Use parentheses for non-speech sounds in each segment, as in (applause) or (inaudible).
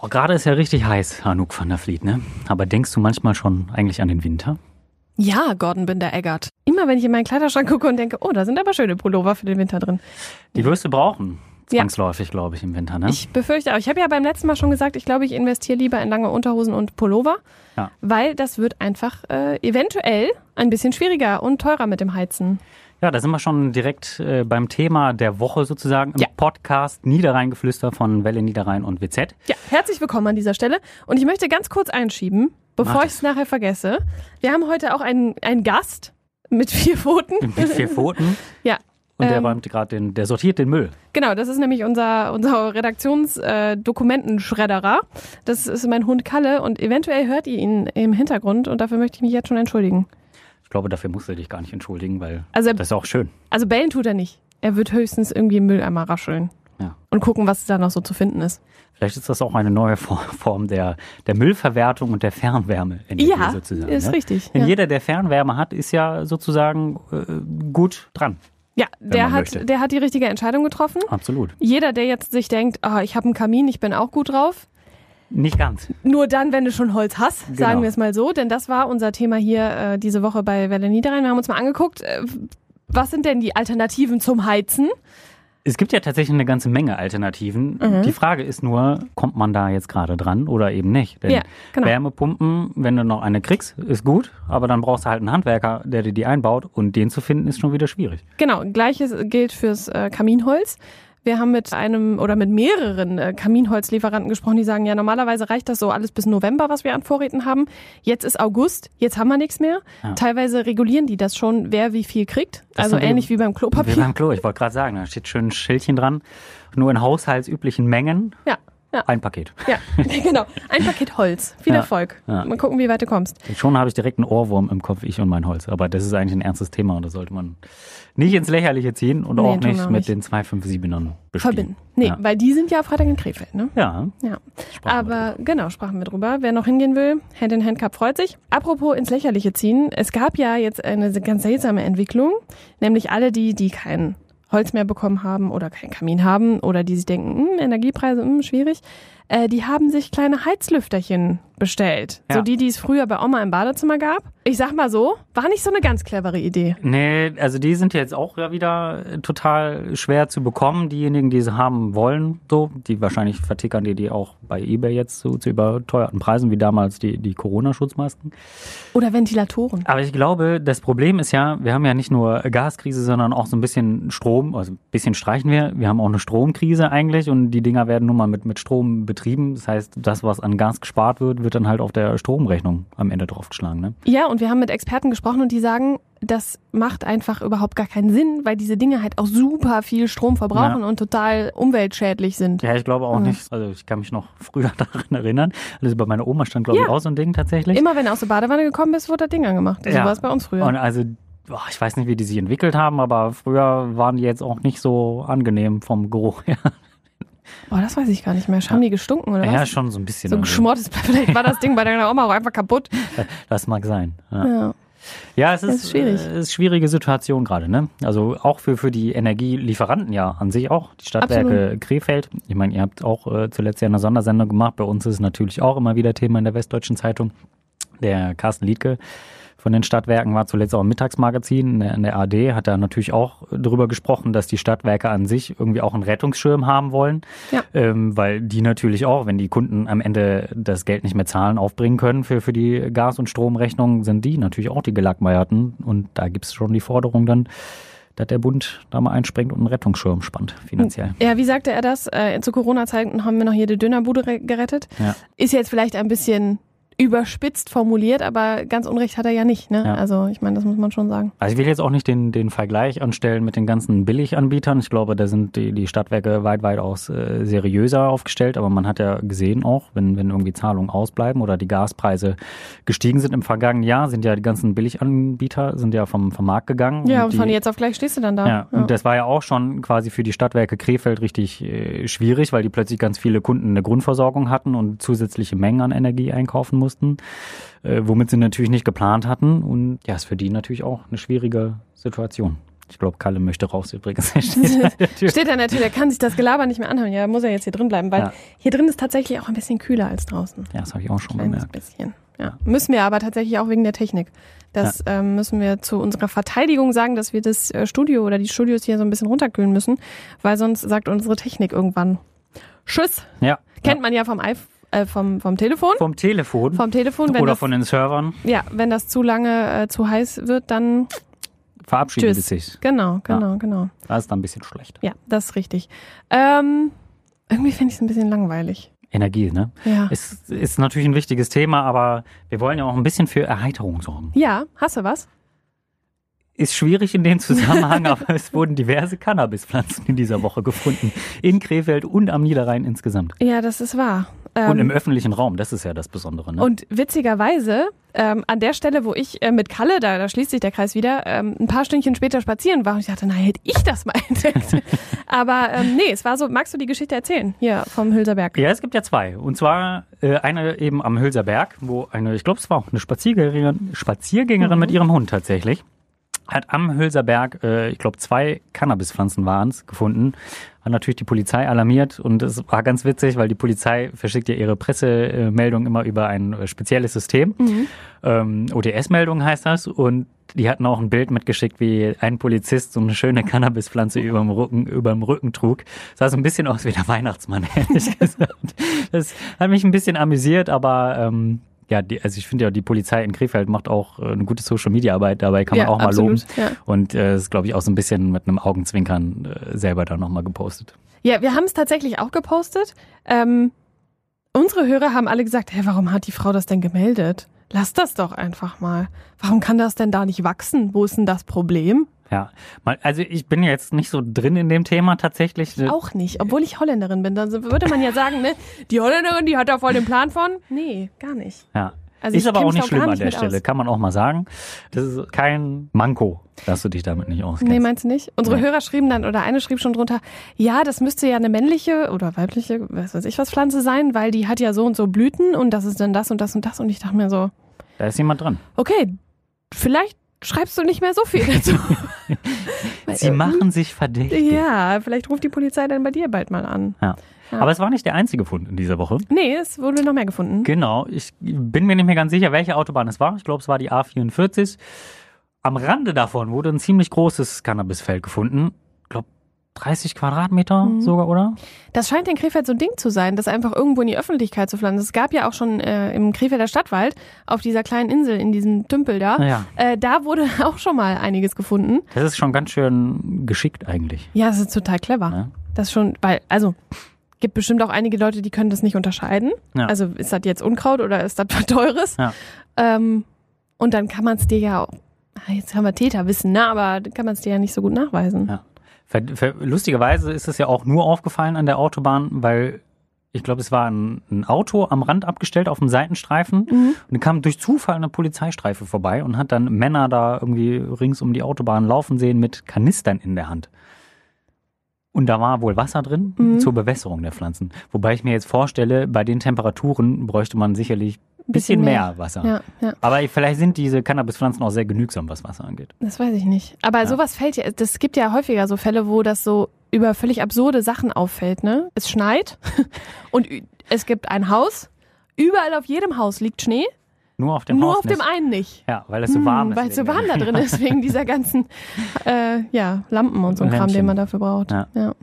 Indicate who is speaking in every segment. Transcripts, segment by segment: Speaker 1: Oh, gerade ist ja richtig heiß, Hanuk van der Vliet, ne? Aber denkst du manchmal schon eigentlich an den Winter?
Speaker 2: Ja, Gordon Binder-Eggert. Immer wenn ich in meinen Kleiderschrank gucke und denke, oh, da sind aber schöne Pullover für den Winter drin.
Speaker 1: Die wirst du brauchen.
Speaker 2: Ja.
Speaker 1: Zwangsläufig, glaube ich, im Winter, ne?
Speaker 2: Ich befürchte auch. Ich habe ja beim letzten Mal schon gesagt, ich glaube, ich investiere lieber in lange Unterhosen und Pullover,
Speaker 1: Ja.
Speaker 2: weil das wird einfach äh, eventuell ein bisschen schwieriger und teurer mit dem Heizen.
Speaker 1: ja, da sind wir schon direkt äh, beim Thema der Woche sozusagen im
Speaker 2: Ja.
Speaker 1: Podcast Niederrheingeflüster von Welle Niederrhein und WZ.
Speaker 2: Ja, herzlich willkommen an dieser Stelle. Und ich möchte ganz kurz einschieben, bevor
Speaker 1: Mach
Speaker 2: ich es nachher vergesse. Wir haben heute auch einen, einen Gast mit vier Pfoten.
Speaker 1: Mit vier Pfoten.
Speaker 2: (laughs) Ja.
Speaker 1: Und der
Speaker 2: Ähm.
Speaker 1: räumt gerade den, der sortiert den Müll.
Speaker 2: Genau, das ist nämlich unser, unser Redaktionsdokumentenschredderer. Äh, Dokumentenschredderer. das ist mein Hund Kalle und eventuell hört ihr ihn im Hintergrund und dafür möchte ich mich jetzt schon entschuldigen.
Speaker 1: Ich glaube, dafür musst du dich gar nicht entschuldigen, weil
Speaker 2: Also er
Speaker 1: das ist auch schön.
Speaker 2: Also bellen tut er nicht. Er wird höchstens irgendwie im Mülleimer rascheln.
Speaker 1: Ja.
Speaker 2: Und gucken, was da noch so zu finden ist.
Speaker 1: Vielleicht ist das auch eine neue For- Form der, der Müllverwertung und der Fernwärme. In der
Speaker 2: Ja,
Speaker 1: wir sozusagen,
Speaker 2: ist
Speaker 1: ne?
Speaker 2: richtig,
Speaker 1: Denn
Speaker 2: ja.
Speaker 1: jeder, der Fernwärme hat, ist ja sozusagen äh, gut dran.
Speaker 2: Ja, der
Speaker 1: man
Speaker 2: hat,
Speaker 1: möchte.
Speaker 2: der hat die richtige Entscheidung getroffen.
Speaker 1: Absolut.
Speaker 2: Jeder, der jetzt sich denkt, ah, ich habe einen Kamin, ich bin auch gut drauf.
Speaker 1: Nicht ganz.
Speaker 2: Nur dann, wenn du schon Holz hast, sagen
Speaker 1: Genau.
Speaker 2: wir es mal so. Denn das war unser Thema hier äh, diese Woche bei Welle Niederrhein. Wir haben uns mal angeguckt, äh, was sind denn die Alternativen zum Heizen?
Speaker 1: Es gibt ja tatsächlich eine ganze Menge Alternativen.
Speaker 2: Mhm.
Speaker 1: Die Frage ist nur, kommt man da jetzt gerade dran oder eben nicht? Denn
Speaker 2: Ja, genau.
Speaker 1: Wärmepumpen, wenn du noch eine kriegst, ist gut, aber dann brauchst du halt einen Handwerker, der dir die einbaut und den zu finden ist schon wieder schwierig.
Speaker 2: Genau, gleiches gilt fürs äh, Kaminholz. Wir haben mit einem oder mit mehreren äh, Kaminholzlieferanten gesprochen, die sagen, ja, normalerweise reicht das so alles bis November, was wir an Vorräten haben. Jetzt ist August, jetzt haben wir nichts mehr. Teilweise regulieren die das schon, wer wie viel kriegt.
Speaker 1: Das
Speaker 2: also
Speaker 1: sind die-
Speaker 2: ähnlich wie beim
Speaker 1: Wie
Speaker 2: Klopapier.
Speaker 1: beim Klo, ich wollte gerade sagen, da steht schön ein Schildchen dran, nur in haushaltsüblichen Mengen
Speaker 2: ja, ja,
Speaker 1: ein Paket.
Speaker 2: ja, (laughs) genau. Ein Paket Holz. Viel
Speaker 1: Ja,
Speaker 2: Erfolg.
Speaker 1: ja.
Speaker 2: Mal gucken, wie weit du kommst.
Speaker 1: Schon habe ich direkt einen Ohrwurm im Kopf, ich und mein Holz. Aber das ist eigentlich ein ernstes Thema und das sollte man nicht ins Lächerliche ziehen und
Speaker 2: Nee,
Speaker 1: auch
Speaker 2: tun wir
Speaker 1: nicht
Speaker 2: auch
Speaker 1: mit
Speaker 2: nicht.
Speaker 1: den 257ern bespielen.
Speaker 2: Verbinden. Nee,
Speaker 1: Ja.
Speaker 2: weil die sind ja Freitag in Krefeld, ne?
Speaker 1: ja.
Speaker 2: Ja,
Speaker 1: Sprachen wir
Speaker 2: aber genau, sprachen wir drüber. Wer noch hingehen will, Hand in Hand Cup freut sich. Apropos ins Lächerliche ziehen, es gab ja jetzt eine ganz seltsame Entwicklung, nämlich alle die, die kein Holz mehr bekommen haben oder keinen Kamin haben oder die sich denken, hm, Energiepreise, hm, schwierig, äh, die haben sich kleine Heizlüfterchen bestellt.
Speaker 1: Ja.
Speaker 2: So die, die es früher bei Oma im Badezimmer gab. Ich sag mal so, war nicht so eine ganz clevere Idee.
Speaker 1: Nee, also die sind jetzt auch ja wieder äh, total schwer zu bekommen. Diejenigen, die sie haben wollen, so, die wahrscheinlich vertickern die die auch bei eBay jetzt zu, zu überteuerten Preisen, wie damals die, die Corona-Schutzmasken.
Speaker 2: Oder Ventilatoren.
Speaker 1: Aber ich glaube, das Problem ist ja, wir haben ja nicht nur Gaskrise, sondern auch so ein bisschen Strom, also ein bisschen streichen wir. Wir haben auch eine Stromkrise eigentlich und die Dinger werden nun mal mit, mit Strom betrieben. Das heißt, das, was an Gas gespart wird, wird dann halt auf der Stromrechnung am Ende draufgeschlagen. Ne?
Speaker 2: Ja, und wir haben mit Experten gesprochen und die sagen, das macht einfach überhaupt gar keinen Sinn, weil diese Dinge halt auch super viel Strom verbrauchen und total umweltschädlich sind.
Speaker 1: Ja, ich glaube auch nicht. Also ich kann mich noch (laughs) früher daran erinnern. Also bei meiner Oma stand, glaube
Speaker 2: Ja.
Speaker 1: ich, auch so ein Ding tatsächlich.
Speaker 2: Immer wenn du aus der Badewanne gekommen bist, wurde das Ding angemacht. So
Speaker 1: Ja.
Speaker 2: war es bei uns früher.
Speaker 1: Und also, boah, ich weiß nicht, wie die sich entwickelt haben, aber früher waren die jetzt auch nicht so angenehm vom Geruch her.
Speaker 2: Boah, das weiß ich gar nicht mehr. Haben die gestunken oder
Speaker 1: Ja,
Speaker 2: was?
Speaker 1: schon so ein bisschen.
Speaker 2: So
Speaker 1: irgendwie.
Speaker 2: geschmortes, (laughs) vielleicht war das Ding bei deiner Oma auch einfach kaputt.
Speaker 1: Das mag sein. Ja,
Speaker 2: Ja.
Speaker 1: ja es ist,
Speaker 2: ist schwierig.
Speaker 1: äh, ist schwierige Situation gerade. Ne? Also auch für, für die Energielieferanten ja an sich auch. Die Stadtwerke Krefeld. Ich meine, ihr habt auch äh, zuletzt ja eine Sondersendung gemacht. Bei uns ist es natürlich auch immer wieder Thema in der Westdeutschen Zeitung. Der Carsten Liedke von den Stadtwerken war zuletzt auch im Mittagsmagazin in der, in der AD, hat da natürlich auch äh, drüber gesprochen, dass die Stadtwerke an sich irgendwie auch einen Rettungsschirm haben wollen,
Speaker 2: Ja.
Speaker 1: ähm, weil die natürlich auch, wenn die Kunden am Ende das Geld nicht mehr zahlen, aufbringen können für, für die Gas- und Stromrechnungen, sind die natürlich auch die Gelackmeierten und da gibt es schon die Forderung dann, dass der Bund da mal einspringt und einen Rettungsschirm spannt finanziell.
Speaker 2: ja, wie sagte er das? Äh, zu Corona-Zeiten haben wir noch hier die Dönerbude re- gerettet.
Speaker 1: Ja.
Speaker 2: Ist jetzt vielleicht ein bisschen überspitzt formuliert, aber ganz Unrecht hat er ja nicht. Ne?
Speaker 1: Ja.
Speaker 2: Also ich meine, das muss man schon sagen.
Speaker 1: Also ich will jetzt auch nicht den, den Vergleich anstellen mit den ganzen Billiganbietern. Ich glaube, da sind die, die Stadtwerke weit, weitaus äh, seriöser aufgestellt. Aber man hat ja gesehen auch, wenn, wenn irgendwie Zahlungen ausbleiben oder die Gaspreise gestiegen sind im vergangenen Jahr, sind ja die ganzen Billiganbieter sind ja vom, vom Markt gegangen.
Speaker 2: Ja, und von
Speaker 1: die-
Speaker 2: jetzt auf gleich stehst du dann da.
Speaker 1: ja,
Speaker 2: Ja.
Speaker 1: und das war ja auch schon quasi für die Stadtwerke Krefeld richtig äh, schwierig, weil die plötzlich ganz viele Kunden eine Grundversorgung hatten und zusätzliche Mengen an Energie einkaufen mussten, äh, womit sie natürlich nicht geplant hatten. Und ja, ist für die natürlich auch eine schwierige Situation. Ich glaube, Kalle möchte raus übrigens.
Speaker 2: (laughs) Steht da natürlich, er kann sich das Gelaber nicht mehr anhören. Ja, muss er jetzt hier drin bleiben, weil
Speaker 1: Ja.
Speaker 2: hier drin ist tatsächlich auch ein bisschen kühler als draußen.
Speaker 1: Ja, das habe ich auch schon
Speaker 2: Kleines
Speaker 1: bemerkt.
Speaker 2: bisschen. Ja. Müssen wir aber tatsächlich auch wegen der Technik. Das ähm, müssen wir zu unserer Verteidigung sagen, dass wir das äh, Studio oder die Studios hier so ein bisschen runterkühlen müssen, weil sonst sagt unsere Technik irgendwann Tschüss.
Speaker 1: Ja.
Speaker 2: Kennt
Speaker 1: ja.
Speaker 2: man ja vom, iPh- äh, vom, vom Telefon.
Speaker 1: Vom Telefon
Speaker 2: Vom Telefon, wenn
Speaker 1: oder
Speaker 2: das,
Speaker 1: von den Servern
Speaker 2: ja, wenn das zu lange äh, zu heiß wird, dann
Speaker 1: verabschiedet
Speaker 2: Tschüss.
Speaker 1: es sich.
Speaker 2: genau, genau, genau.
Speaker 1: Da ist dann ein bisschen schlecht.
Speaker 2: Ja, das ist richtig. Ähm, irgendwie finde ich es ein bisschen langweilig.
Speaker 1: Energie, ne?
Speaker 2: Ja.
Speaker 1: Ist, ist natürlich ein wichtiges Thema, aber wir wollen ja auch ein bisschen für Erheiterung sorgen.
Speaker 2: ja, hast du was?
Speaker 1: Ist schwierig in dem Zusammenhang, (laughs) aber es wurden diverse Cannabispflanzen in dieser Woche gefunden. In Krefeld und am Niederrhein insgesamt.
Speaker 2: Ja, das ist wahr. Ähm,
Speaker 1: Und im öffentlichen Raum, das ist ja das Besondere. Ne?
Speaker 2: Und witzigerweise, ähm, an der Stelle, wo ich äh, mit Kalle, da, da schließt sich der Kreis wieder, ähm, ein paar Stündchen später spazieren war und ich dachte, na, hätte ich das mal (laughs) entdeckt. Aber ähm, nee, es war so, magst du die Geschichte erzählen? Hier vom Hülserberg.
Speaker 1: Ja, es gibt ja zwei. Und zwar äh, eine eben am Hülserberg, wo eine, ich glaube, es war auch eine Spaziergängerin,
Speaker 2: Mhm.
Speaker 1: Spaziergängerin mit ihrem Hund tatsächlich, hat am Hülserberg, äh, ich glaube, zwei Cannabispflanzen waren es, gefunden. Hat natürlich die Polizei alarmiert und es war ganz witzig, weil die Polizei verschickt ja ihre Pressemeldung immer über ein äh, spezielles System. Ähm, ODS-Meldung heißt das und die hatten auch ein Bild mitgeschickt, wie ein Polizist so eine schöne Cannabispflanze (laughs) überm Rücken, überm Rücken trug. Sah so ein bisschen aus wie der Weihnachtsmann, (laughs) ehrlich gesagt. Das hat mich ein bisschen amüsiert, aber ähm, ja, die, also ich finde ja, die Polizei in Krefeld macht auch äh, eine gute Social-Media-Arbeit, dabei kann man
Speaker 2: Ja,
Speaker 1: auch mal
Speaker 2: absolut,
Speaker 1: loben.
Speaker 2: ja.
Speaker 1: Und äh, ist, glaube ich, auch so ein bisschen mit einem Augenzwinkern äh, selber da nochmal gepostet.
Speaker 2: Ja, wir haben es tatsächlich auch gepostet. Ähm, unsere Hörer haben alle gesagt, hey, warum hat die Frau das denn gemeldet? Lass das doch einfach mal. Warum kann das denn da nicht wachsen? Wo ist denn das Problem?
Speaker 1: Ja, mal, also ich bin jetzt nicht so drin in dem Thema tatsächlich.
Speaker 2: Auch nicht, obwohl ich Holländerin bin. Dann würde man ja sagen, ne, die Holländerin, die hat da voll den Plan von. Nee, gar nicht.
Speaker 1: Ja.
Speaker 2: Also
Speaker 1: ist
Speaker 2: ich
Speaker 1: aber
Speaker 2: kenn
Speaker 1: auch
Speaker 2: mich
Speaker 1: nicht
Speaker 2: da gar
Speaker 1: schlimm an
Speaker 2: nicht
Speaker 1: der
Speaker 2: mit
Speaker 1: Stelle,
Speaker 2: aus.
Speaker 1: kann man auch mal sagen. Das ist kein Manko, dass du dich damit nicht
Speaker 2: Nee,
Speaker 1: auskennst.
Speaker 2: meinst du nicht? Unsere
Speaker 1: Nee.
Speaker 2: Hörer schrieben dann, oder eine schrieb schon drunter, ja, das müsste ja eine männliche oder weibliche, was weiß ich was, Pflanze sein, weil die hat ja so und so Blüten und das ist dann das und das und das. Und ich dachte mir so,
Speaker 1: da ist jemand dran.
Speaker 2: okay, vielleicht schreibst du nicht mehr so viel dazu.
Speaker 1: Sie machen sich verdächtig.
Speaker 2: Äh, Ja, vielleicht ruft die Polizei dann bei dir bald mal an.
Speaker 1: Ja.
Speaker 2: Ja.
Speaker 1: Aber es war nicht der einzige Fund in dieser Woche.
Speaker 2: Nee, es wurde noch mehr gefunden.
Speaker 1: Genau, ich bin mir nicht mehr ganz sicher, welche Autobahn es war. Ich glaube, es war die A44. Am Rande davon wurde ein ziemlich großes Cannabisfeld gefunden. Ich glaube, 30 Quadratmeter sogar, oder?
Speaker 2: Das scheint in Krefeld so ein Ding zu sein, das einfach irgendwo in die Öffentlichkeit zu pflanzen. Es gab ja auch schon äh, im Krefelder Stadtwald, auf dieser kleinen Insel, in diesem Tümpel da,
Speaker 1: Ja.
Speaker 2: äh, da wurde (laughs) auch schon mal einiges gefunden.
Speaker 1: Das ist schon ganz schön geschickt eigentlich.
Speaker 2: Ja, das ist total clever.
Speaker 1: Ja.
Speaker 2: Das schon, weil, also, gibt bestimmt auch einige Leute, die können das nicht unterscheiden.
Speaker 1: Ja.
Speaker 2: Also, ist das jetzt Unkraut oder ist das (laughs) was Teures?
Speaker 1: Ja.
Speaker 2: Ähm, und dann kann man es dir ja auch, ah, jetzt haben wir Täterwissen, ne, aber dann kann man es dir ja nicht so gut nachweisen.
Speaker 1: Ja. Ver ver lustigerweise ist es ja auch nur aufgefallen an der Autobahn, weil ich glaube, es war ein, ein Auto am Rand abgestellt auf dem Seitenstreifen
Speaker 2: Mhm.
Speaker 1: und dann kam durch Zufall eine Polizeistreife vorbei und hat dann Männer da irgendwie rings um die Autobahn laufen sehen mit Kanistern in der Hand. Und da war wohl Wasser drin
Speaker 2: Mhm.
Speaker 1: zur Bewässerung der Pflanzen. Wobei ich mir jetzt vorstelle, bei den Temperaturen bräuchte man sicherlich ein bisschen mehr, Wasser.
Speaker 2: Ja, ja.
Speaker 1: Aber vielleicht sind diese Cannabispflanzen auch sehr genügsam, was Wasser angeht.
Speaker 2: Das weiß ich nicht. Aber sowas fällt ja, das gibt ja häufiger so Fälle, wo das so über völlig absurde Sachen auffällt, ne? Es schneit (laughs) und ü- es gibt ein Haus. Überall auf jedem Haus liegt Schnee,
Speaker 1: Nur auf dem
Speaker 2: nur
Speaker 1: Haus
Speaker 2: auf dem
Speaker 1: nicht.
Speaker 2: einen nicht. Hm,
Speaker 1: Ja, weil es so warm ist.
Speaker 2: Weil es so
Speaker 1: wegen-
Speaker 2: warm da drin ist,
Speaker 1: (laughs)
Speaker 2: wegen dieser ganzen äh, ja, Lampen und so ein Kram, den
Speaker 1: Lämpchen.
Speaker 2: man dafür braucht.
Speaker 1: Ja.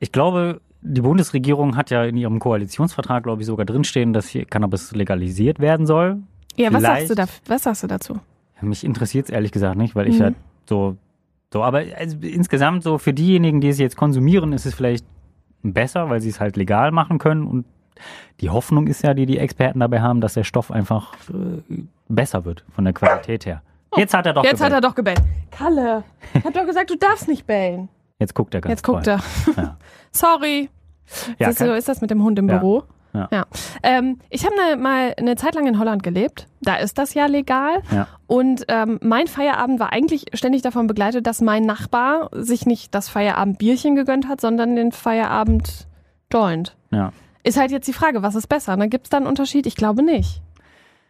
Speaker 1: Ich glaube, die Bundesregierung hat ja in ihrem Koalitionsvertrag, glaube ich, sogar drinstehen, dass hier Cannabis legalisiert werden soll.
Speaker 2: Ja, was sagst,
Speaker 1: Vielleicht-
Speaker 2: du da, was sagst du dazu?
Speaker 1: Mich interessiert es ehrlich gesagt nicht, weil ich
Speaker 2: Mhm.
Speaker 1: halt so, so, aber also insgesamt so für diejenigen, die es jetzt konsumieren, ist es vielleicht besser, weil sie es halt legal machen können und die Hoffnung ist ja, die die Experten dabei haben, dass der Stoff einfach äh, besser wird von der Qualität her. Jetzt hat er doch
Speaker 2: Oh, Jetzt hat er
Speaker 1: gebellt.
Speaker 2: doch gebellt. Kalle, ich hab doch gesagt, du darfst nicht bellen.
Speaker 1: Jetzt guckt er ganz
Speaker 2: Jetzt guckt er.
Speaker 1: Ja.
Speaker 2: (laughs) Sorry.
Speaker 1: Ja,
Speaker 2: Siehst du, so
Speaker 1: kann,
Speaker 2: ist das mit dem Hund im
Speaker 1: Ja.
Speaker 2: Büro.
Speaker 1: Ja.
Speaker 2: Ähm, ich habe ne, mal eine Zeit lang in Holland gelebt. Da ist das ja legal.
Speaker 1: Ja.
Speaker 2: Und ähm, mein Feierabend war eigentlich ständig davon begleitet, dass mein Nachbar sich nicht das Feierabendbierchen gegönnt hat, sondern den Feierabend joint.
Speaker 1: ja.
Speaker 2: Ist halt jetzt die Frage, was ist besser? Ne? Gibt es da einen Unterschied? Ich glaube nicht.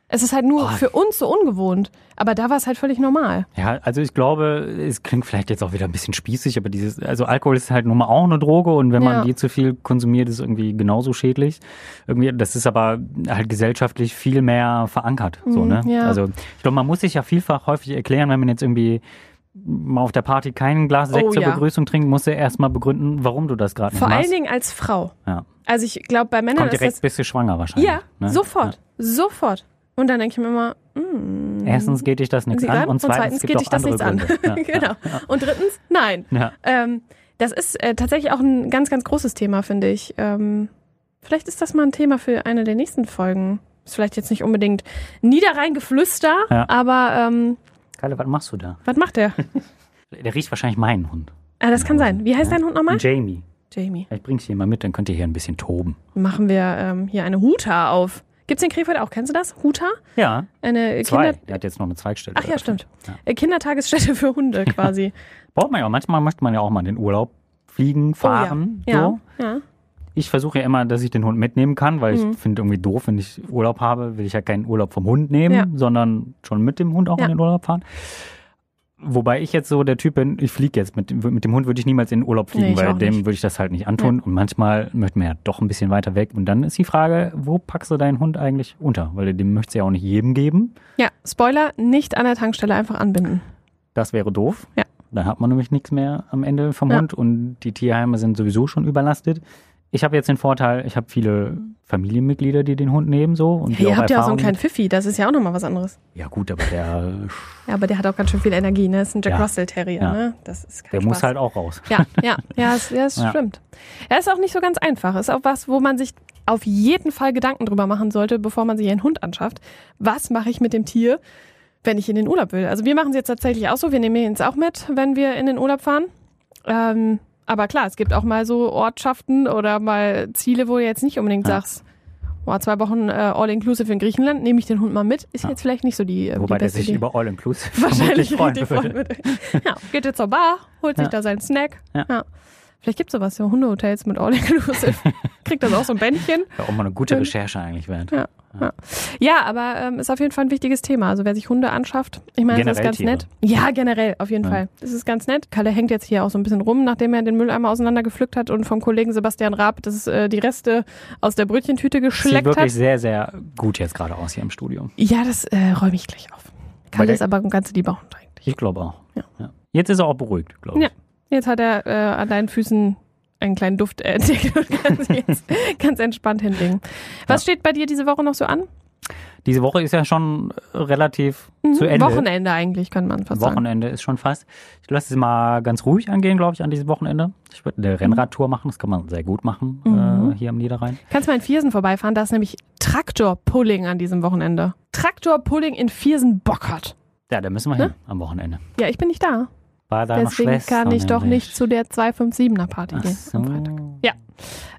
Speaker 2: Es ist halt nur für uns so ungewohnt. Aber da war es halt völlig normal.
Speaker 1: Oh. Ja, also ich glaube, es klingt vielleicht jetzt auch wieder ein bisschen spießig, aber dieses, also Alkohol ist halt nun mal auch eine Droge und wenn man
Speaker 2: Ja.
Speaker 1: die zu viel konsumiert, ist irgendwie genauso schädlich. Irgendwie, das ist aber halt gesellschaftlich viel mehr verankert. So,
Speaker 2: Mm,
Speaker 1: ne?
Speaker 2: ja.
Speaker 1: Also ich glaube, man muss sich ja vielfach häufig erklären, wenn man jetzt irgendwie mal auf der Party kein Glas Sekt
Speaker 2: Oh,
Speaker 1: zur
Speaker 2: ja.
Speaker 1: Begrüßung trinkt, musst du erstmal begründen, warum du das gerade nicht
Speaker 2: Vor allen
Speaker 1: machst.
Speaker 2: Dingen als Frau.
Speaker 1: ja.
Speaker 2: Also ich glaube, bei Männern
Speaker 1: Kommt
Speaker 2: ist
Speaker 1: direkt
Speaker 2: das.
Speaker 1: bist du schwanger wahrscheinlich.
Speaker 2: Ja,
Speaker 1: ne?
Speaker 2: sofort. Sofort. Und dann denke ich mir immer,
Speaker 1: Ja. Erstens geht dich das nichts
Speaker 2: Sie
Speaker 1: an
Speaker 2: an,
Speaker 1: und zweitens,
Speaker 2: geht dich
Speaker 1: gibt
Speaker 2: das
Speaker 1: es
Speaker 2: nichts
Speaker 1: auch
Speaker 2: an.
Speaker 1: andere Gründe.
Speaker 2: (laughs)
Speaker 1: Ja,
Speaker 2: genau. Und drittens, nein. (laughs)
Speaker 1: Ja.
Speaker 2: Ähm, das ist äh, tatsächlich auch ein ganz, ganz großes Thema, finde ich. Ähm, vielleicht ist das mal ein Thema für eine der nächsten Folgen. Ist vielleicht jetzt nicht unbedingt Niederrhein-Geflüster,
Speaker 1: Ja.
Speaker 2: aber ähm,
Speaker 1: Kalle, was machst du da?
Speaker 2: was macht der?
Speaker 1: Der riecht wahrscheinlich meinen Hund.
Speaker 2: ah, das kann sein. Wie heißt dein Hund nochmal?
Speaker 1: Jamie.
Speaker 2: Jamie.
Speaker 1: Ich bring's hier mal mit, dann könnt ihr hier ein bisschen toben.
Speaker 2: Machen wir ähm, hier eine Huta auf. Gibt's in Krefeld auch? Kennst du das? Huta?
Speaker 1: Ja,
Speaker 2: Eine äh,
Speaker 1: zwei.
Speaker 2: Kinder...
Speaker 1: Der hat jetzt noch eine Zweigstelle.
Speaker 2: Ach ja, stimmt.
Speaker 1: Ja.
Speaker 2: Äh, Kindertagesstätte für Hunde quasi.
Speaker 1: Braucht man ja auch. Manchmal möchte man ja auch mal in den Urlaub fliegen, (laughs) fahren.
Speaker 2: Oh, ja.
Speaker 1: So.
Speaker 2: ja. ja.
Speaker 1: Ich versuche ja immer, dass ich den Hund mitnehmen kann, weil
Speaker 2: Mhm.
Speaker 1: ich finde irgendwie doof, wenn ich Urlaub habe, will ich ja keinen Urlaub vom Hund nehmen,
Speaker 2: Ja.
Speaker 1: sondern schon mit dem Hund auch
Speaker 2: Ja.
Speaker 1: in den Urlaub fahren. Wobei ich jetzt so der Typ bin, ich fliege jetzt. Mit, dem- mit dem Hund würde ich niemals in den Urlaub fliegen,
Speaker 2: Nee, ich
Speaker 1: weil
Speaker 2: auch
Speaker 1: dem
Speaker 2: nicht.
Speaker 1: würde ich das halt nicht antun. Und manchmal möchten wir ja doch ein bisschen weiter weg. Und dann ist die Frage, wo packst du deinen Hund eigentlich unter? Weil dem möchtest du ja auch nicht jedem geben.
Speaker 2: Ja, Spoiler, nicht an der Tankstelle einfach anbinden.
Speaker 1: Das wäre doof.
Speaker 2: Ja.
Speaker 1: Dann hat man nämlich nichts mehr am Ende vom
Speaker 2: Ja.
Speaker 1: Hund und die Tierheime sind sowieso schon überlastet. Ich habe jetzt den Vorteil, ich habe viele Familienmitglieder, die den Hund nehmen so und
Speaker 2: Ja,
Speaker 1: die
Speaker 2: ihr
Speaker 1: auch
Speaker 2: habt ja auch so einen
Speaker 1: Erfahrung.
Speaker 2: kleinen Pfiffi, das ist ja auch nochmal was anderes.
Speaker 1: ja gut, aber der,
Speaker 2: Ja, aber der hat auch ganz schön viel Energie, ne? Ist ein Jack
Speaker 1: Ja.
Speaker 2: Russell Terrier,
Speaker 1: Ja.
Speaker 2: ne? Das ist kein
Speaker 1: der muss
Speaker 2: Spaß.
Speaker 1: halt auch raus.
Speaker 2: Ja, ja, ja, das, ja, das
Speaker 1: Ja.
Speaker 2: stimmt. Ja, ist auch nicht so ganz einfach. Ist auch was, wo man sich auf jeden Fall Gedanken drüber machen sollte, bevor man sich einen Hund anschafft. Was mache ich mit dem Tier, wenn ich in den Urlaub will? Also wir machen es jetzt tatsächlich auch so. Wir nehmen ihn jetzt auch mit, wenn wir in den Urlaub fahren. Ähm, aber klar, es gibt auch mal so Ortschaften oder mal Ziele, wo du jetzt nicht unbedingt
Speaker 1: Ja.
Speaker 2: sagst, boah, zwei Wochen äh, All-Inclusive in Griechenland, nehme ich den Hund mal mit. Ist
Speaker 1: Ja.
Speaker 2: jetzt vielleicht nicht so die, äh,
Speaker 1: Wobei
Speaker 2: die
Speaker 1: der
Speaker 2: beste
Speaker 1: sich
Speaker 2: Idee.
Speaker 1: über All
Speaker 2: (laughs)
Speaker 1: Inclusive
Speaker 2: Wahrscheinlich
Speaker 1: freuen
Speaker 2: richtig freuen
Speaker 1: würde. (laughs)
Speaker 2: würde. Ja, geht jetzt zur Bar, holt sich
Speaker 1: Ja.
Speaker 2: da seinen Snack.
Speaker 1: Ja.
Speaker 2: Ja. Vielleicht gibt es sowas, so Hundehotels
Speaker 1: (laughs)
Speaker 2: mit All-Inclusive. Kriegt das auch so ein Bändchen.
Speaker 1: Wäre auch mal eine gute Recherche eigentlich wert.
Speaker 2: Ja. Ja, aber ähm, ist auf jeden Fall ein wichtiges Thema. Also wer sich Hunde anschafft, ich meine, das ist
Speaker 1: Generell
Speaker 2: ganz
Speaker 1: Tiere.
Speaker 2: nett. Ja, generell, auf jeden
Speaker 1: Ja.
Speaker 2: Fall. Das ist ganz nett. Kalle hängt jetzt hier auch so ein bisschen rum, nachdem er den Mülleimer auseinandergepflückt hat und vom Kollegen Sebastian Raab das, äh, die Reste aus der Brötchentüte
Speaker 1: Sieht
Speaker 2: geschleckt
Speaker 1: wirklich
Speaker 2: hat.
Speaker 1: sehr, sehr gut jetzt gerade aus hier im Studio.
Speaker 2: Ja, das äh, räume ich gleich auf. Kalle
Speaker 1: der-
Speaker 2: ist aber ein ganz lieber Hund eigentlich.
Speaker 1: Ich glaube auch.
Speaker 2: Ja.
Speaker 1: Jetzt ist er auch beruhigt, glaube ich.
Speaker 2: Ja. Jetzt hat er äh, an deinen Füßen einen kleinen Duft äh, entdeckt (laughs) und kann sich jetzt ganz entspannt hinlegen. Was steht bei dir diese Woche noch so an?
Speaker 1: Diese Woche ist ja schon äh, relativ
Speaker 2: Mhm.
Speaker 1: zu Ende.
Speaker 2: Wochenende eigentlich, kann man fast sagen.
Speaker 1: Wochenende ist schon fast. Ich lasse es mal ganz ruhig angehen, glaube ich, an diesem Wochenende. Ich würde eine Rennradtour machen, das kann man sehr gut machen
Speaker 2: Mhm.
Speaker 1: äh, hier am Niederrhein.
Speaker 2: Kannst mal in Viersen vorbeifahren, da ist nämlich Traktor-Pulling an diesem Wochenende. Traktor-Pulling in Viersen-Bockert.
Speaker 1: Ja, da müssen wir hin am Wochenende.
Speaker 2: Ja, ich bin nicht da.
Speaker 1: War deine
Speaker 2: Ne? Deswegen
Speaker 1: Schwester
Speaker 2: kann ich doch
Speaker 1: nämlich.
Speaker 2: nicht zu der 257er-Party
Speaker 1: Ach
Speaker 2: gehen
Speaker 1: so.
Speaker 2: am Freitag.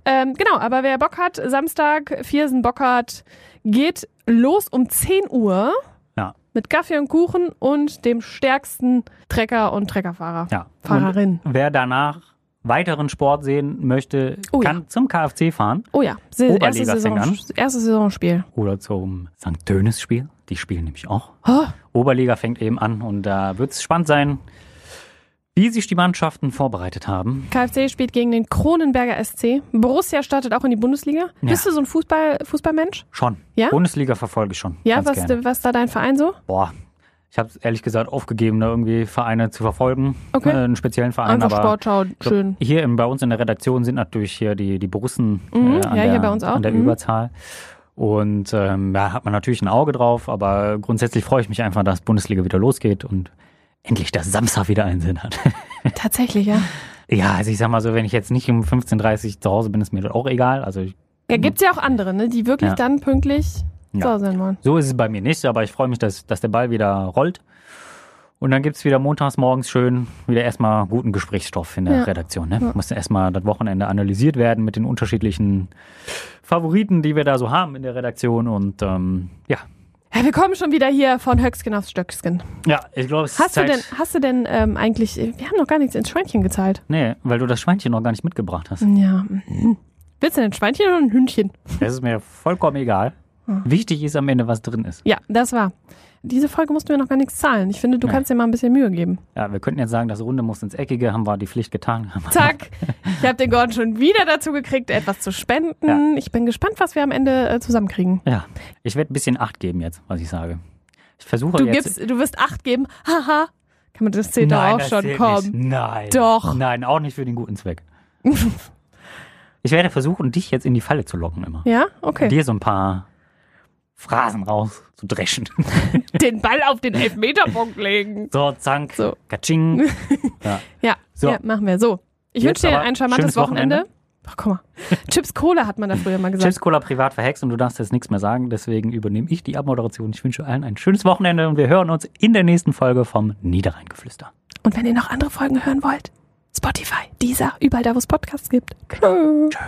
Speaker 2: Ähm, genau, aber wer Bock hat, Samstag, Viersen Bock hat, geht los um 10 Uhr.
Speaker 1: Ja.
Speaker 2: Mit Kaffee und Kuchen und dem stärksten Trecker und Treckerfahrer.
Speaker 1: Ja. Und
Speaker 2: Fahrerin.
Speaker 1: wer danach weiteren Sport sehen möchte,
Speaker 2: Oh ja.
Speaker 1: kann zum KFC fahren
Speaker 2: Oh ja, Se erstes, Saison
Speaker 1: Oberliga-Fängern.
Speaker 2: erstes Saisonspiel.
Speaker 1: oder zum St. Dönes-Spiel. Die spielen nämlich auch.
Speaker 2: Oh,
Speaker 1: Oberliga fängt eben an und da wird es spannend sein, wie sich die Mannschaften vorbereitet haben.
Speaker 2: KfC spielt gegen den Kronenberger SC. Borussia startet auch in die Bundesliga.
Speaker 1: Ja.
Speaker 2: Bist du so ein Fußball, Fußballmensch?
Speaker 1: Schon.
Speaker 2: Ja?
Speaker 1: Bundesliga verfolge ich schon.
Speaker 2: Ja,
Speaker 1: ganz
Speaker 2: was,
Speaker 1: gerne.
Speaker 2: was da dein Verein so?
Speaker 1: Boah, ich habe ehrlich gesagt aufgegeben, da irgendwie Vereine zu verfolgen,
Speaker 2: Okay.
Speaker 1: äh, einen speziellen Verein.
Speaker 2: Einfach
Speaker 1: aber
Speaker 2: Sportschau,
Speaker 1: ich glaub,
Speaker 2: schön.
Speaker 1: Hier in, bei uns in der Redaktion sind natürlich hier die, die Borussen
Speaker 2: Mhm,
Speaker 1: äh, an
Speaker 2: ja,
Speaker 1: der,
Speaker 2: hier bei uns auch,
Speaker 1: An der
Speaker 2: mhm.
Speaker 1: Überzahl. Und ähm, da hat man natürlich ein Auge drauf, aber grundsätzlich freue ich mich einfach, dass Bundesliga wieder losgeht und endlich das Samstag wieder einen Sinn hat. (laughs)
Speaker 2: Tatsächlich, ja.
Speaker 1: ja, also ich sag mal so, wenn ich jetzt nicht um 15.30 Uhr zu Hause bin, ist mir das auch egal. Also ich,
Speaker 2: Ja, gibt's ja auch andere, ne, die wirklich
Speaker 1: Ja.
Speaker 2: dann pünktlich
Speaker 1: Ja.
Speaker 2: da sein wollen.
Speaker 1: so ist es bei mir nicht, aber ich freue mich, dass, dass der Ball wieder rollt. Und dann gibt's wieder montags morgens schön wieder erstmal guten Gesprächsstoff in der
Speaker 2: Ja.
Speaker 1: Redaktion. Ne? Muss erstmal das Wochenende analysiert werden mit den unterschiedlichen Favoriten, die wir da so haben in der Redaktion. Und ähm, ja.
Speaker 2: Ja, wir kommen schon wieder hier von Höcksken aufs Stöcksken.
Speaker 1: Ja, ich glaube, es ist
Speaker 2: Hast du
Speaker 1: Zeit.
Speaker 2: denn, hast du denn ähm, eigentlich, wir haben noch gar nichts ins Schweinchen gezahlt.
Speaker 1: Nee, weil du das Schweinchen noch gar nicht
Speaker 2: Mhm.
Speaker 1: mitgebracht hast.
Speaker 2: Ja. Willst du denn ein Schweinchen oder ein Hündchen?
Speaker 1: Das ist mir vollkommen egal. Wichtig ist am Ende, was drin ist.
Speaker 2: Ja, das war. Diese Folge mussten wir noch gar nichts zahlen. Ich finde, du
Speaker 1: Nee.
Speaker 2: kannst dir mal ein bisschen Mühe geben.
Speaker 1: Ja, wir könnten jetzt sagen, das Runde muss ins Eckige, haben wir die Pflicht getan. (laughs) Haben wir-
Speaker 2: Zack. Ich habe den Gordon schon wieder dazu gekriegt, etwas zu spenden.
Speaker 1: Ja.
Speaker 2: Ich bin gespannt, was wir am Ende äh, zusammenkriegen.
Speaker 1: Ja, ich werde ein bisschen Acht geben jetzt, was ich sage. Ich versuche
Speaker 2: Du,
Speaker 1: Oh, jetzt.
Speaker 2: gibst, du wirst acht geben. Haha. Kann man das zählt doch auch
Speaker 1: das
Speaker 2: schon
Speaker 1: zählt
Speaker 2: kommen.
Speaker 1: Nicht. Nein.
Speaker 2: Doch.
Speaker 1: Nein, auch nicht für den guten
Speaker 2: (laughs)
Speaker 1: Zweck. ich werde versuchen, dich jetzt in die Falle zu locken immer.
Speaker 2: Ja? Okay.
Speaker 1: Dir so ein paar Phrasen rauszudreschen. (laughs)
Speaker 2: Den Ball auf den Elfmeterpunkt legen.
Speaker 1: so, zank,
Speaker 2: So. (laughs)
Speaker 1: katsching. Ja.
Speaker 2: Ja,
Speaker 1: So.
Speaker 2: ja machen wir. So. Ich
Speaker 1: Jetzt
Speaker 2: wünsche dir
Speaker 1: aber
Speaker 2: ein charmantes
Speaker 1: schönes Wochenende.
Speaker 2: Wochenende. Ach,
Speaker 1: (laughs)
Speaker 2: guck mal. Chips Cola hat man da früher mal gesagt.
Speaker 1: Chips Cola privat verhext und du darfst jetzt nichts mehr sagen, deswegen übernehme ich die Abmoderation. Ich wünsche allen ein schönes Wochenende und wir hören uns in der nächsten Folge vom Niederrheingeflüster.
Speaker 2: Und wenn ihr noch andere Folgen hören wollt, Spotify, Deezer, überall da, wo es Podcasts gibt. Tschö.